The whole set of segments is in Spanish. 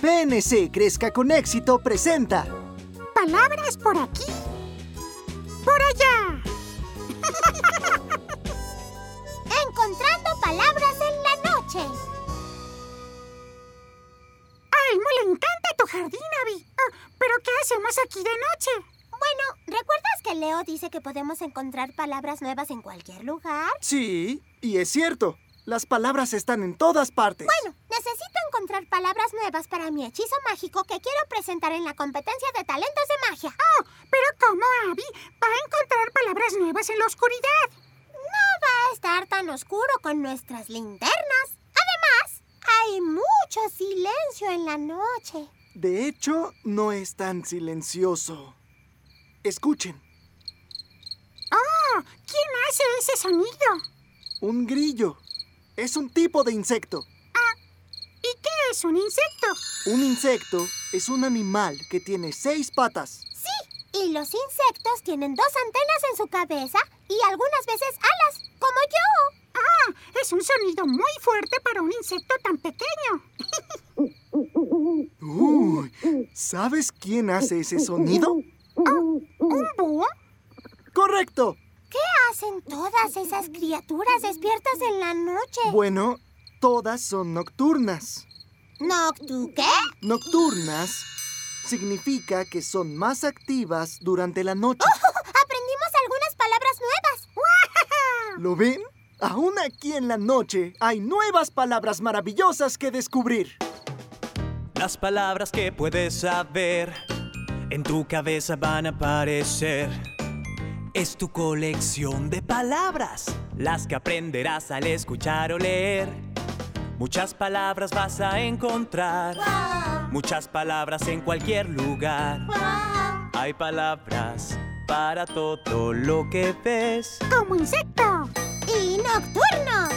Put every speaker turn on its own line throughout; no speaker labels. BNC Crezca con Éxito presenta
Palabras por aquí, por allá.
Encontrando palabras en la noche.
¡Ay, me le encanta tu jardín, Abby! Ah, ¿Pero qué hacemos aquí de noche?
Bueno, ¿recuerdas que Leo dice que podemos encontrar palabras nuevas en cualquier lugar?
Sí, y es cierto. Las palabras están en todas partes.
Bueno, necesito encontrar palabras nuevas para mi hechizo mágico que quiero presentar en la competencia de talentos de magia.
Oh, pero ¿cómo Abby va a encontrar palabras nuevas en la oscuridad?
No va a estar tan oscuro con nuestras linternas. Además, hay mucho silencio en la noche.
Oh,
De hecho, no es tan silencioso. Escuchen,
¡Oh! ¿Quién hace ese sonido?
un grillo. Es un tipo de insecto.
¿Y qué es un insecto?
Un insecto es un animal que tiene seis patas.
Sí, y los insectos tienen dos antenas en su cabeza y algunas veces alas, como yo.
¡Ah! Es un sonido muy fuerte para un insecto tan pequeño.
Uy, ¿sabes quién hace ese sonido?
Mm.
¿Un búho?
¡Correcto!
hacen todas esas criaturas despiertas en la noche?
Bueno, todas son nocturnas.
¿Noctu qué?
Nocturnas significa que son más activas durante la noche.
Aprendimos algunas palabras nuevas.
¿Lo ven? Aún aquí en la noche hay nuevas palabras maravillosas que descubrir.
Las palabras que puedes saber en tu cabeza van a aparecer. Es tu colección de palabras, las que aprenderás al escuchar o leer. Muchas palabras vas a encontrar, muchas palabras en cualquier lugar. Hay palabras para todo lo que ves.
¡Como insecto!
Y nocturno.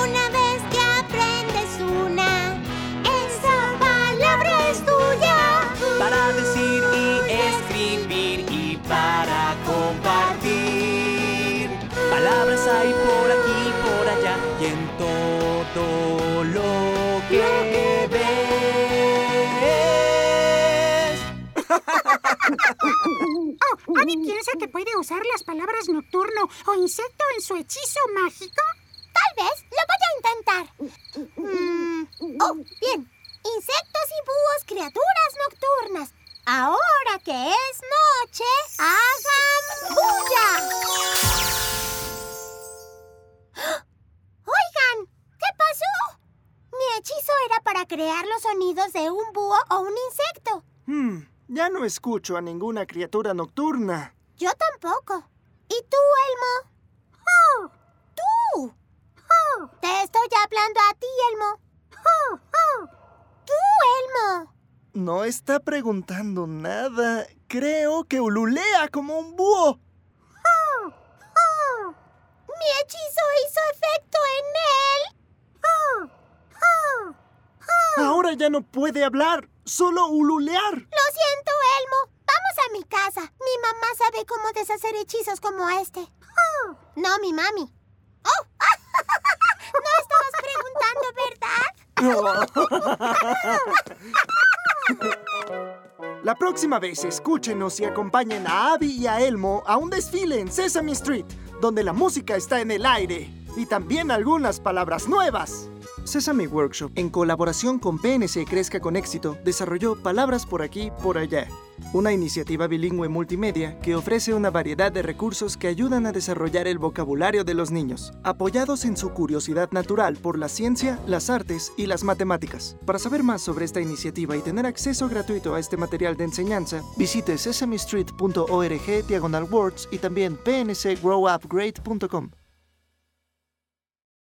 Una vez que aprendes una, esa palabra es tuya.
para decir y escribir y para compartir. Palabras hay por aquí, por allá y en todo lo que ves.
Oh, ¿Abby piensa que puede usar las palabras nocturno o insecto en su hechizo mágico?
Tal vez lo voy a intentar. Mm, Oh, bien. Insectos y búhos, criaturas nocturnas. Ahora que es noche, hagan bulla. ¡Ah! Oigan, ¿qué pasó? Mi hechizo era para crear los sonidos de un búho o un insecto.
Hmm, ya no escucho a ninguna criatura nocturna.
Yo tampoco. ¿Y tú, Elmo? ¡Tú! Te estoy hablando a ti, Elmo. ¡Tú, Elmo!
No está preguntando nada. Creo que ululea como un búho.
Mi hechizo hizo efecto en él.
Ahora ya no puede hablar, solo ululear.
Lo siento, Elmo. Vamos a mi casa. Mi mamá sabe cómo deshacer hechizos como este. No, mi mami. ¡Oh! no estabas preguntando, ¿verdad?
La próxima vez escúchenos y acompañen a Abby y a Elmo a un desfile en Sesame Street, donde la música está en el aire y también algunas palabras nuevas. Sesame Workshop, en colaboración con PNC Crezca con Éxito, desarrolló Palabras por aquí, por allá, una iniciativa bilingüe multimedia que ofrece una variedad de recursos que ayudan a desarrollar el vocabulario de los niños, apoyados en su curiosidad natural por la ciencia, las artes y las matemáticas. Para saber más sobre esta iniciativa y tener acceso gratuito a este material de enseñanza, visite sesamestreet.org diagonal words y también pncgrowupgrade.com.